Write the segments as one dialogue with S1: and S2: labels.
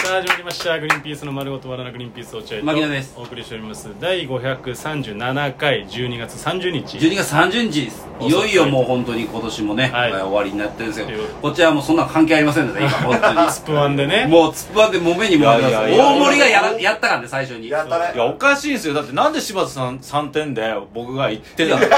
S1: さあ始まりました「グリーンピースの丸ごと笑わなグリーンピース落合」
S2: 牧野です
S1: お送りしております第537回12月30日
S2: 12月30日ですいよいよもう本当に今年もね、
S1: はい
S2: 終わりになってるんです
S1: と
S2: け
S1: い
S2: ど
S1: う
S2: こっちはもうそんなの関係ありませんので今本
S1: スプワンで
S2: 当に
S1: ね
S2: もう突っ張ってもめにもあります
S3: いやいやいや
S2: 大盛りがやらやったからね最初に
S4: やった
S3: い
S4: ね
S3: や、おかしいんですよ。だってなんで柴田さん3点で僕が1点なの
S2: 正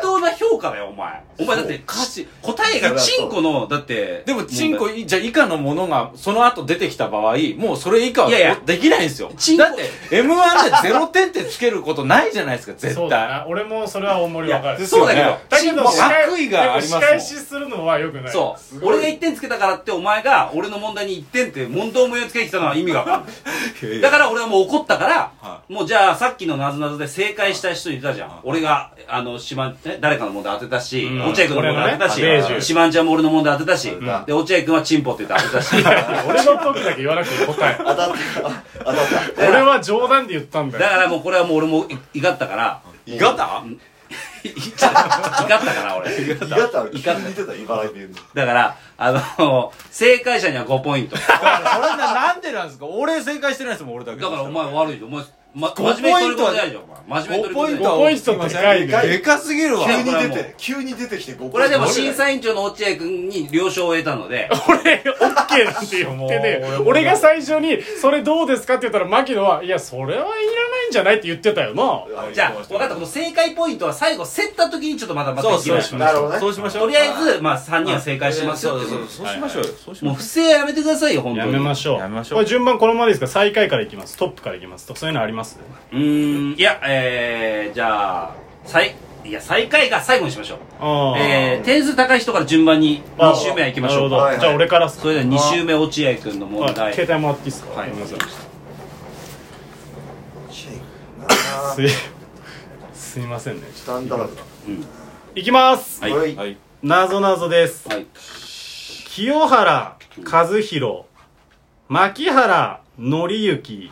S2: 当な評価だよお前お前だって
S3: おかしい
S2: 答えがチンコのだって
S3: でも、チンコ、
S2: い
S3: いじゃあ以下のものがその後出てきた場合、もうそれ以下はい
S2: やいや
S3: できないんですよ。
S2: チンコ
S3: だって、M1 で0点ってつけることないじゃないですか、絶
S1: そうだ
S3: 対。
S1: な俺もそれは大盛りわかる
S3: いや
S2: そうだけど、
S3: そう
S1: だ
S2: チ
S1: け
S2: ン
S1: ど
S2: コ
S3: も
S1: 仕返
S3: 悪意がありますもん
S1: でも仕返しするのはよくない
S2: そう俺が1点つけたからってお前が俺の問題に1点って問答無用につけてきたのは意味がわかんない
S3: いやい
S2: だ
S3: や
S2: から俺はもう怒ったから、
S3: は
S2: もうじゃあさっきのなぞなぞで正解した人いたじゃん。俺が、あの、しまん、ね、誰かの問題当てたし、
S1: うん
S2: 落合君の問題当て
S1: 俺
S2: た
S1: のね
S2: し、しまんちゃんも俺の問題当てたし、
S4: ん
S2: で、落合君はチンポって言って当てたし、だか
S1: 俺の時だけ言わなくていい答 え
S4: 当たった当たった
S1: 俺は冗談で言ったんだよ
S2: らもうこれはもう俺もい怒ったから、
S3: いがた
S2: 怒ったから俺。
S4: 言い方は聞か似てた茨城弁で
S2: だから、あの、正解者には5ポイント。だ
S3: だからそれななんでなんですか俺正解してないですもん、俺だけ。
S2: からお前悪いよ、お前、ま、
S3: ポイン
S2: 真面
S3: ト
S2: 目に取り込んでないじゃん、お前。真面目に
S3: 5ポ
S2: 取
S3: イ
S2: り
S3: ン
S2: 込んでない。
S3: ト
S1: 五ポイントってでかいね
S3: でかすぎるわ。
S2: こ
S4: 急
S2: れは
S4: に
S2: も
S4: 出
S2: う
S4: て急に出てきて5
S2: これはでも審査委員長の落合君に了承を得たので、
S1: 俺、オッケーなんて言って ね
S3: もう、
S1: 俺が最初に、それどうですかって言ったら、牧野は、いや、それはいらないんじゃないって言ってたよな。
S2: じゃあ、分かった、この正解ポイントは最後、競った時にちょっとまだまた
S3: そう
S2: 議
S3: そう
S2: 論
S3: し
S2: しま
S3: ま
S4: な
S3: し
S4: るほ
S3: ょ
S4: ど
S3: う。
S4: ね
S3: そうしまし
S2: す
S3: ょ
S2: と
S3: う。
S2: りあえず、まあ、3人は正解しますよ
S3: そ
S2: っ
S3: う
S2: てこ
S3: そう、そうしましょうよ。そうし
S2: と。もう、
S3: まし
S2: 不正はやめてくださいよ、本当
S1: や
S2: に。
S1: めましょう。
S3: やめましょう
S1: これ順番このままでいいですか最下位からいきます。トップからいきます。とそういうのあります
S2: うーん、いや、えー、じゃあ、最、いや、最下位が最後にしましょう。
S1: ああ。
S2: えー、点数高い人から順番に
S1: あ
S2: 2周目は行きましょ
S1: な
S2: う
S1: るほ
S4: は
S1: ど
S4: い
S1: じゃあ俺からっす
S2: それでは2周目、落合君の問
S1: あ
S2: 題。
S1: 携帯もらっていいですか
S2: はい
S1: ごめんなさい
S4: シェイ
S1: す
S4: ク
S1: い すいませんね
S4: ななんだろう
S1: いきます
S2: は
S4: ないこれ
S3: ょう。はい。
S1: なぞなぞです
S2: はい。
S1: 清原和弘牧原紀之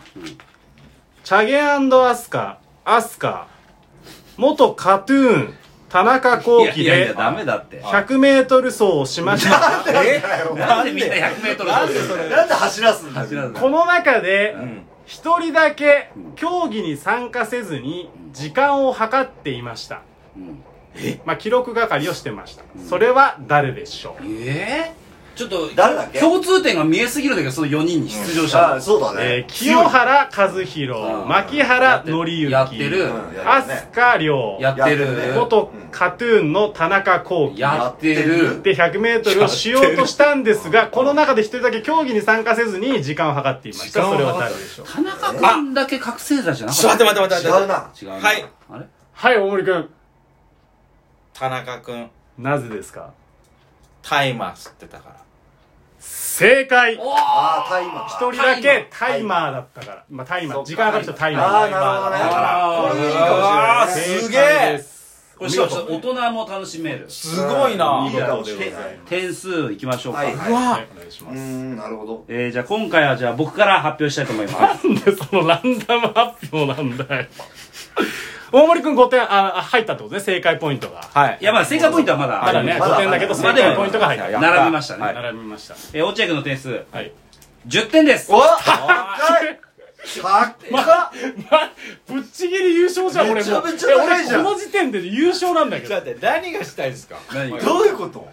S1: チャゲアスカアスカ元カトゥーン田中
S2: い
S1: 幸
S2: や
S1: 喜
S2: いやいや、
S1: で
S2: ダメだって。
S1: 100m 走をしました
S3: え
S2: なんでみんな100メートル
S3: なんでそれ
S4: なんで走らすんだ
S2: 走らず
S1: この中で
S3: ん
S1: 一人だけ競技に参加せずに時間を計っていました
S2: うん
S1: まあ記録係をしてましたそれは誰でしょう
S2: えーちょっと、
S4: 誰だっけ
S2: 共通点が見えすぎるんだけど、その4人に出場者の
S4: あ。そうだ
S1: えー
S4: ね
S1: 清原和弘
S2: うん
S1: 牧原紀之
S2: やってる
S4: うんやってるね
S1: 飛鳥涼
S2: やってる。
S1: 元カトゥーンの田中幸喜
S2: やってる。
S1: で 100m をしようとしたんですがこの中で一人だけ競技に参加せずに時間を計っていました
S3: 時間を
S1: それ
S3: 計った
S1: は誰でしょう
S2: 田中君だけ覚醒剤じゃなかっ
S3: ち
S2: た。
S3: ょっと待って待って待って
S4: 違
S3: 待って。
S4: うな
S2: 違うな。
S3: はい
S2: あれ
S1: はい大森君
S3: 田中くん、
S1: なぜですか
S3: タイマー吸ってたから。
S1: 正解
S2: お
S4: あータイマー
S1: 一人だけタイマーだったから、まあ、タイマー時間計る人タイマー
S4: あーなるほどねこれいいか
S3: あ
S4: も
S3: ー
S4: しれない
S1: 正解で
S3: すげえ
S4: ね
S1: す
S2: これしかもちょっと大人も楽しめる。
S3: すごいな。
S4: いい顔でございます
S2: 点数いきましょうか。
S4: はいう
S3: わ
S1: はいお願いし
S4: う
S1: ま
S4: ー
S1: す
S4: んなるほど
S2: えー、じゃあ今回はじゃあ僕から発表したいと思います。
S1: なんでそのランダム発表なんだよ大森君5点ああ入ったってことね正解ポイントが
S3: はい
S2: いや、まあ正解ポイントはまだ
S1: まだね
S4: まだ
S1: 5点だけど
S2: ま
S1: 正
S2: だまだ
S1: 解ポイントが入った
S3: まだ
S2: 並びましたね。
S3: は
S1: 並びました
S2: えー、落合君の点数、
S1: はい
S2: 10点です。
S4: お高い高い
S1: ぶっちぎり優勝じゃん俺も
S4: めちゃめちゃ高いじゃん
S1: え俺この時点で優勝なんだけ
S3: だ
S1: ど
S3: って何がしたいんですか
S2: 何が
S4: どういうこと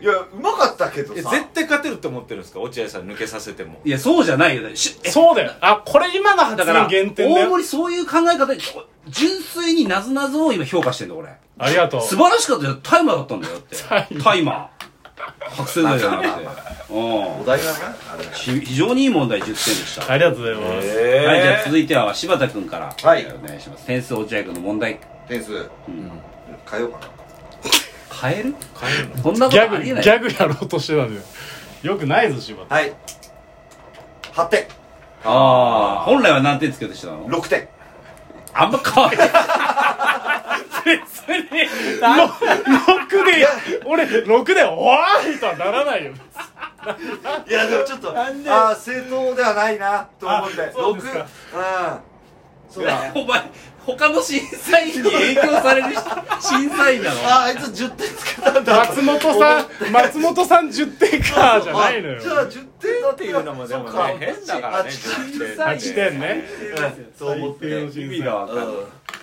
S4: いやうまかったけど
S3: いや
S4: さ
S3: 絶対勝てると思ってるんですか落合さん抜けさせても
S2: いや、そうじゃないよ。しえ
S1: そうだよあこれ今の発
S2: だから、
S1: 言減点だ
S2: 大
S1: よ
S2: 森そういう考え方で、純粋になぞなぞを今評価してんだ、俺。
S1: ありがとう
S2: 素晴らしかったよ。タイマーだったんだよって。タイマー。覚醒剤じゃなくて。う
S4: お
S2: ん
S4: 題がなあれ
S2: ひ非常にいい問題10点でした。
S1: ありがとうございます、
S3: え
S2: はい、じゃあ続いては柴田君から、
S4: はい
S2: お願いします。点数落合君の問題。
S4: 点数変えようかな
S2: 変えるそんなこ
S1: ギャ
S2: と
S1: グ
S2: ありえない。
S1: ギャグやろうとしてたんだよよくないぞ柴田
S4: はい8点
S2: ああ、本来は何点つけようとしてたの
S4: 6点
S2: あんま変わらない。
S1: 別に6で俺6で「おーい!」とはならないよ
S4: いやでもちょっとあ
S3: なんで
S4: あー正当ではないなと思って
S1: あそうですか
S4: 六うんそうだね
S2: お前他の審査員に影響される人審査員なの
S4: ああいつ10点つけたんだ
S1: 松本さん松本さん10点かじゃないのよ
S4: じゃあ10点だ
S3: っていうのもでもね
S4: そうか
S3: 変だからね
S4: あ10点
S3: あ
S1: 8点ね
S4: そう思って
S1: 最低の
S2: 意
S1: 審
S2: 味
S1: 査
S2: がわかんない
S4: うん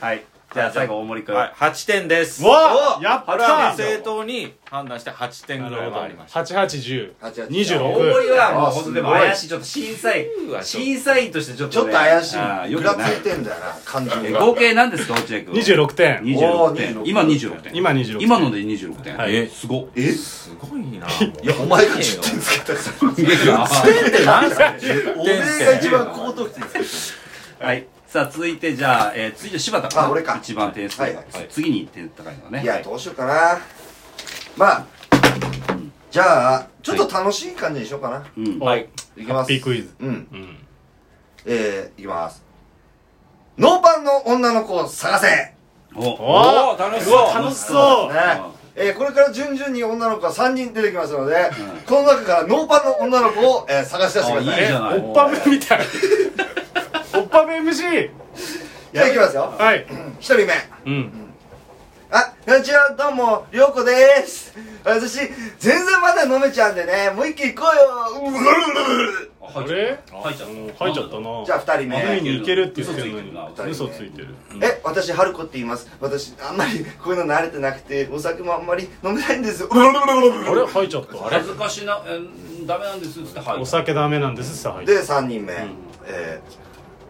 S2: はいじゃあ最後大森君
S3: はい、8点です
S1: わあ
S4: お
S1: やっ
S3: これは
S1: た
S3: もう正当に判断して8点ぐらいはありました
S1: 8810
S4: あ違う違う
S2: 大
S1: 26
S2: 森はもう本当でも怪
S4: い
S2: しいちょっと審査員
S3: わ
S2: 審査員としてちょっ
S4: ちょ
S2: と
S4: っ
S2: ね
S4: と怪し
S2: あー
S4: い
S2: よ
S4: ぐ
S2: く
S4: らつ
S2: ない
S4: いてんだよな感じ
S2: え
S4: が
S2: 合計なんですか落合君
S1: 26点
S4: お
S2: 26
S4: ー
S2: 点
S4: 26
S2: 今26点
S1: 今26点
S2: 今ので26点
S1: はい
S3: えすご
S4: え
S3: すごいな
S4: いやお前が10点つけたから
S3: 点って何すか
S4: お前が一番高得点つけた
S2: はいさあ続いてじゃあえー続いて柴田かな
S4: あ俺か
S2: 一番点数
S4: はいはい
S2: 次に点高いのはね
S4: いや、どうしようかな。まあ、じゃあ、ちょっと楽しい感じにしようかな。
S2: うん
S1: はい
S4: いき
S1: ハ
S4: ま
S1: ッ
S4: す。
S1: ピークイズ
S4: うん。
S1: うん
S4: えー、いきます。ノーパンの女の子を探せね
S2: お
S1: おー
S3: おー楽し
S1: うわ
S3: そう
S1: 楽しそう
S4: えー、これから順々に女の子が3人出てきますので、この中からノーパンの女の子を、えー探し出してくださ
S2: あい
S4: い。
S2: いじゃん
S1: おっぱめみた いおっぱめ MC
S4: じゃあ、いきますよ。
S1: はい
S4: 1人目。
S1: うん
S4: あ、こんにちは、どうも、りょうこでーす。私、全然まだ飲めちゃうんでね、もう一気行こうよ。うるうるうるう
S2: あ
S1: あ
S2: 入っちゃ
S1: れ
S2: った入っちゃった
S1: うん入っちゃったな
S4: じゃあ、二人目。
S1: 飲みに行けるって言ってる
S2: 嘘ついて
S1: の
S2: る
S1: に
S4: な
S1: 嘘ついてるうん
S4: え、私、春子って言います。私、あんまりこういうの慣れてなくて、お酒もあんまり飲めないんですよ。
S1: あれ入っちゃった
S2: 恥ずかしな、えーダメなんですっつって入る
S1: お酒ダメなんですって入って
S4: で、3人目。え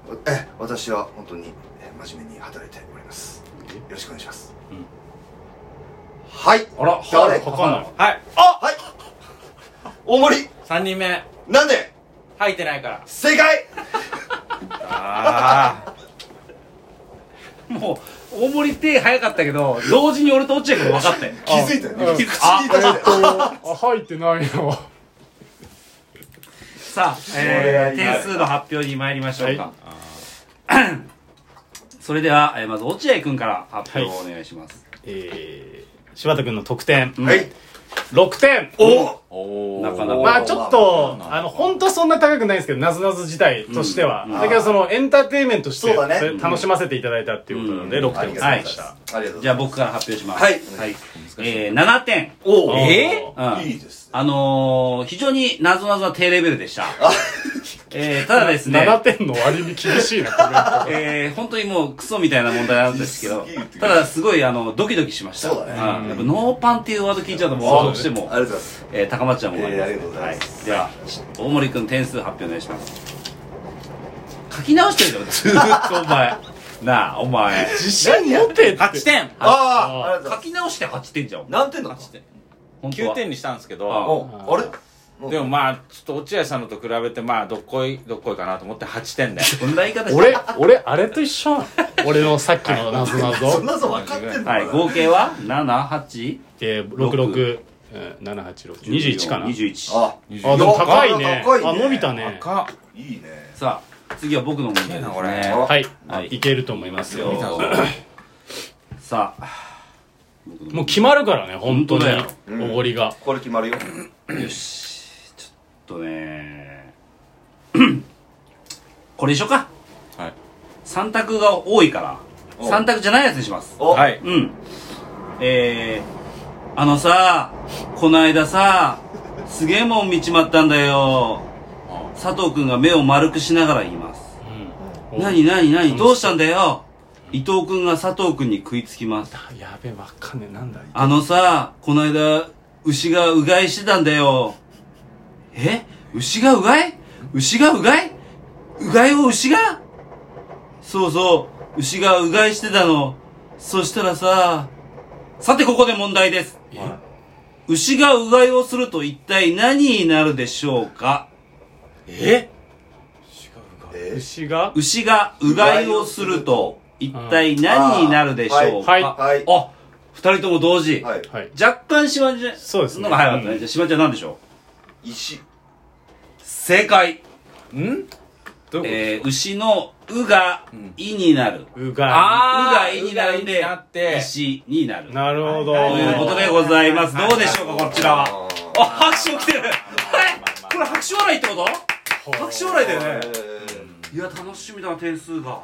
S4: ーえ、私は本当に、えー真面目に働いております。よろしくお願いします。
S1: うん
S4: はい。
S2: あら
S4: 誰
S1: わかんない
S3: はい
S4: あはい。大森、
S3: 3人目
S4: なんで
S3: 入ってないから
S4: 正解
S3: ああ
S2: もう大森手早かったけど同時に俺と落合君分かったよ
S4: 気づいたよね。
S1: うん
S4: 口に出して
S1: あ入ってないよ
S2: さあ、えー、
S4: お願い
S2: 点数の発表に参りましょうか、
S1: は
S2: それでは、えーまず落合君から発表をお願いします、
S1: えー柴田君の得点
S2: うん
S4: はい。
S1: 6点
S4: お
S3: おお
S2: なかなか
S1: まあちょっと
S3: まあまあ
S1: あの本当そんな高くないんですけどなぞなぞ自体としては
S2: うん
S1: だけどそのエンターテインメントとして
S4: そうだね
S1: それ楽しませていただいたっていうことなので
S2: うん
S1: 6点つけ
S2: あ
S1: ま
S2: りがとうございま
S1: し
S2: す
S1: た
S4: ありがとうございます。
S2: じゃあ僕から発表します
S4: はい
S2: はいえー、7点
S4: お
S1: お
S3: え
S2: うん
S4: いいですね。
S2: あのー、非常になぞなぞは低レベルでした。えー、ただですね、
S1: 7点の割に厳しいなコメントが
S2: えー、本当にもうクソみたいな問題なんですけど
S4: すげえ言って、く
S2: た
S4: れる
S2: だすごいあの、ドキドキしました。
S4: そうだね
S2: んやっぱノーパンっていうワード聞いちゃうともう、どうしても
S4: あ、りがとうございます。
S2: えー、高まっちゃうもん
S4: えーありがとうございます
S2: はでは、大森くん点数発表お願いします。書き直してるよ、 ずーっとお前。なあ、お前。
S1: 自信持てって
S3: 8点
S4: ああ、ありがとうござ
S2: 書
S4: い
S2: き直して8点じゃん、お前
S4: ます。何点だった
S2: 本当
S3: 9
S2: は。
S3: 点にしたんですけ
S2: あ
S3: ど
S4: おあれ
S3: でもまあちょっと落合さんのと比べてまあどっこいどっこいかなと思って8点で
S2: こんな言い方して。
S1: 俺俺あれと一緒なの俺のさっきのなぞな
S4: そん
S1: ぞ
S4: なぞ分かってんの
S2: はい、合計は7、8?
S1: 667821かな
S2: 21。
S4: あ、
S1: あでも高いね
S4: 高いね
S1: あ伸びたね
S3: 赤っ
S4: いいね。
S2: さあ、次は僕の問題ですね。
S3: これ
S4: あ
S1: はい、
S2: はい
S1: いけると思いますよ
S3: 見たぞ
S2: さあ、僕の問題
S1: もう決まるからね本当に
S2: 本
S4: だよ
S1: おごりが、
S4: これ決まるよ。
S2: よしちょっとね これにしようか
S3: はい
S2: 3択が多いから
S4: お
S2: 3択じゃないやつにします
S4: お、
S3: はい
S2: うんえー、あのさこないださすげえもん見ちまったんだよ佐藤君が目を丸くしながら言います
S1: うん
S2: なになになにどうしたんだよ伊藤君が佐藤君に食いつきます
S1: おやべえわかんねえなんだ
S2: あのさ、この間、牛がうがいしてたんだよ。え牛がうがい牛がうがいうがいを牛がそうそう、牛がうがいしてたの。そしたらさ、さてここで問題です。牛がうがいをすると一体何になるでしょうか
S3: え
S4: えー
S1: 牛が
S2: 牛がうがいをすると一体何になるでしょうか、
S1: はいは
S4: はい。
S2: あ、二人とも同時。
S4: はい。
S1: はい
S2: 若干しまんじゃ、
S1: そうですね
S2: のが早かったね。
S1: うん
S2: じゃあしまんちゃん何でしょう
S4: 石。
S2: 正解。
S3: んどう
S2: え
S3: いう
S2: ー、牛のうが、いになる。
S1: うが
S2: う
S3: あ
S2: が
S3: ー
S2: いになるん
S3: うがい
S2: で
S3: になって、
S2: 石になる。
S1: いなるほど、
S2: ということでございます。どうでしょうか、こちらは。あ、拍手起きてる。えこれ拍手笑いってこと拍手笑いだよね。いや、楽しみだな、点数が。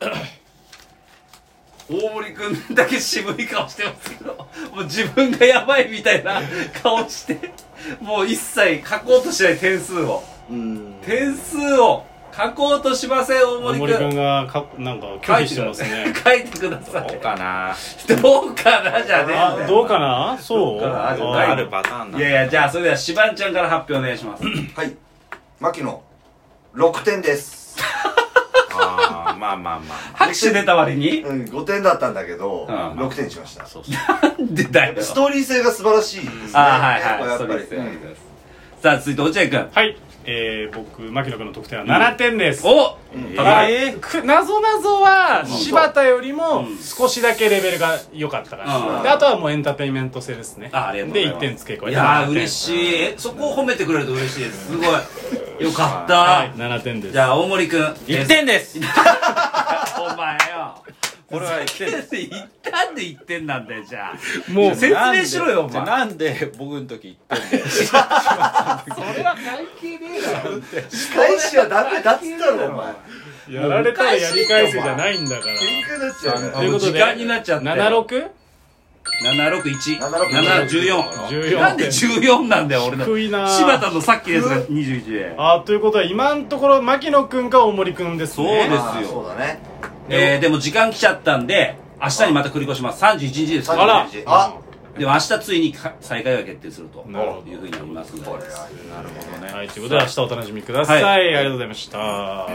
S2: 大森くんだけ渋い顔してますけど、もう自分がやばいみたいな顔して、もう一切書こうとしない点数を。
S4: うん
S2: 点数を書こうとしません、大
S1: 大
S2: 森
S1: 森
S2: くん
S1: 君。がかなんか拒否してますね
S2: 書いてください。
S3: そうかな
S2: どうかなじゃねえんだ
S1: あ
S2: よ
S1: どうかなそう
S2: どうかなあじゃ
S3: あ
S2: あ
S3: るパターンだ
S2: いやいや、じゃあそれではシバンちゃんから発表お願いします。
S4: はい牧野6点です
S3: あーまあまあま
S2: 拍手出た割に
S4: うん5点だったんだけど
S2: んまあ
S4: 6点にしました
S3: あ
S4: ス
S3: そうそう
S2: 出たよ。
S4: トーリー性が素晴らしいですね
S2: あーはいはい、
S4: やっ
S2: そ
S4: ぱ
S2: う
S4: やっぱ
S2: で
S4: り
S2: すよ。さあ、続いて落合くん。
S1: はいえー、僕牧野君の得点は7点です、
S2: お
S4: うん
S2: 高い。
S1: えー、く謎謎は
S2: ん
S1: 柴田よりも
S2: うん
S1: 少しだけレベルが良かったから、
S2: うん
S1: であとはもうエンターテインメント性ですね
S2: あありがとうございます
S1: で1点付け加え
S2: い
S1: て
S2: やー
S1: 7
S2: 嬉しいえそこを褒めてくれると嬉しいですすごいよかった、
S1: はい7点です
S2: じゃあ大森くん
S3: 1点です
S2: お前よ
S3: これは1点です
S2: 1点で1点なんだよじゃあ
S1: もう
S2: 説明しろよお
S3: じゃあ
S2: 前
S3: なんで僕の時1点で
S2: それは関係ねえだろ
S4: 仕返しはダメだっつったろお前
S1: やられたらやり返せじゃないんだから
S4: 喧嘩になっちゃうね
S1: ということで
S2: 時間になっちゃったよ
S1: 76?
S2: 761
S1: 14
S2: なんで14なんだよ俺の
S1: 低いなー
S2: 柴田のさっきですが21で
S1: あーということは今のところ牧野君か大森君ですね
S2: そうですよ
S4: あーそうだね
S2: えーでも時間来ちゃったんで明日にまた繰り越します31日です
S1: あら
S4: あ
S2: でも明日ついにか再開が決定すると
S1: なるほど
S2: いうふうになりますので
S4: これは
S3: なるほどね
S1: はいということで明日お楽しみください、
S2: は
S1: ありがとうございました、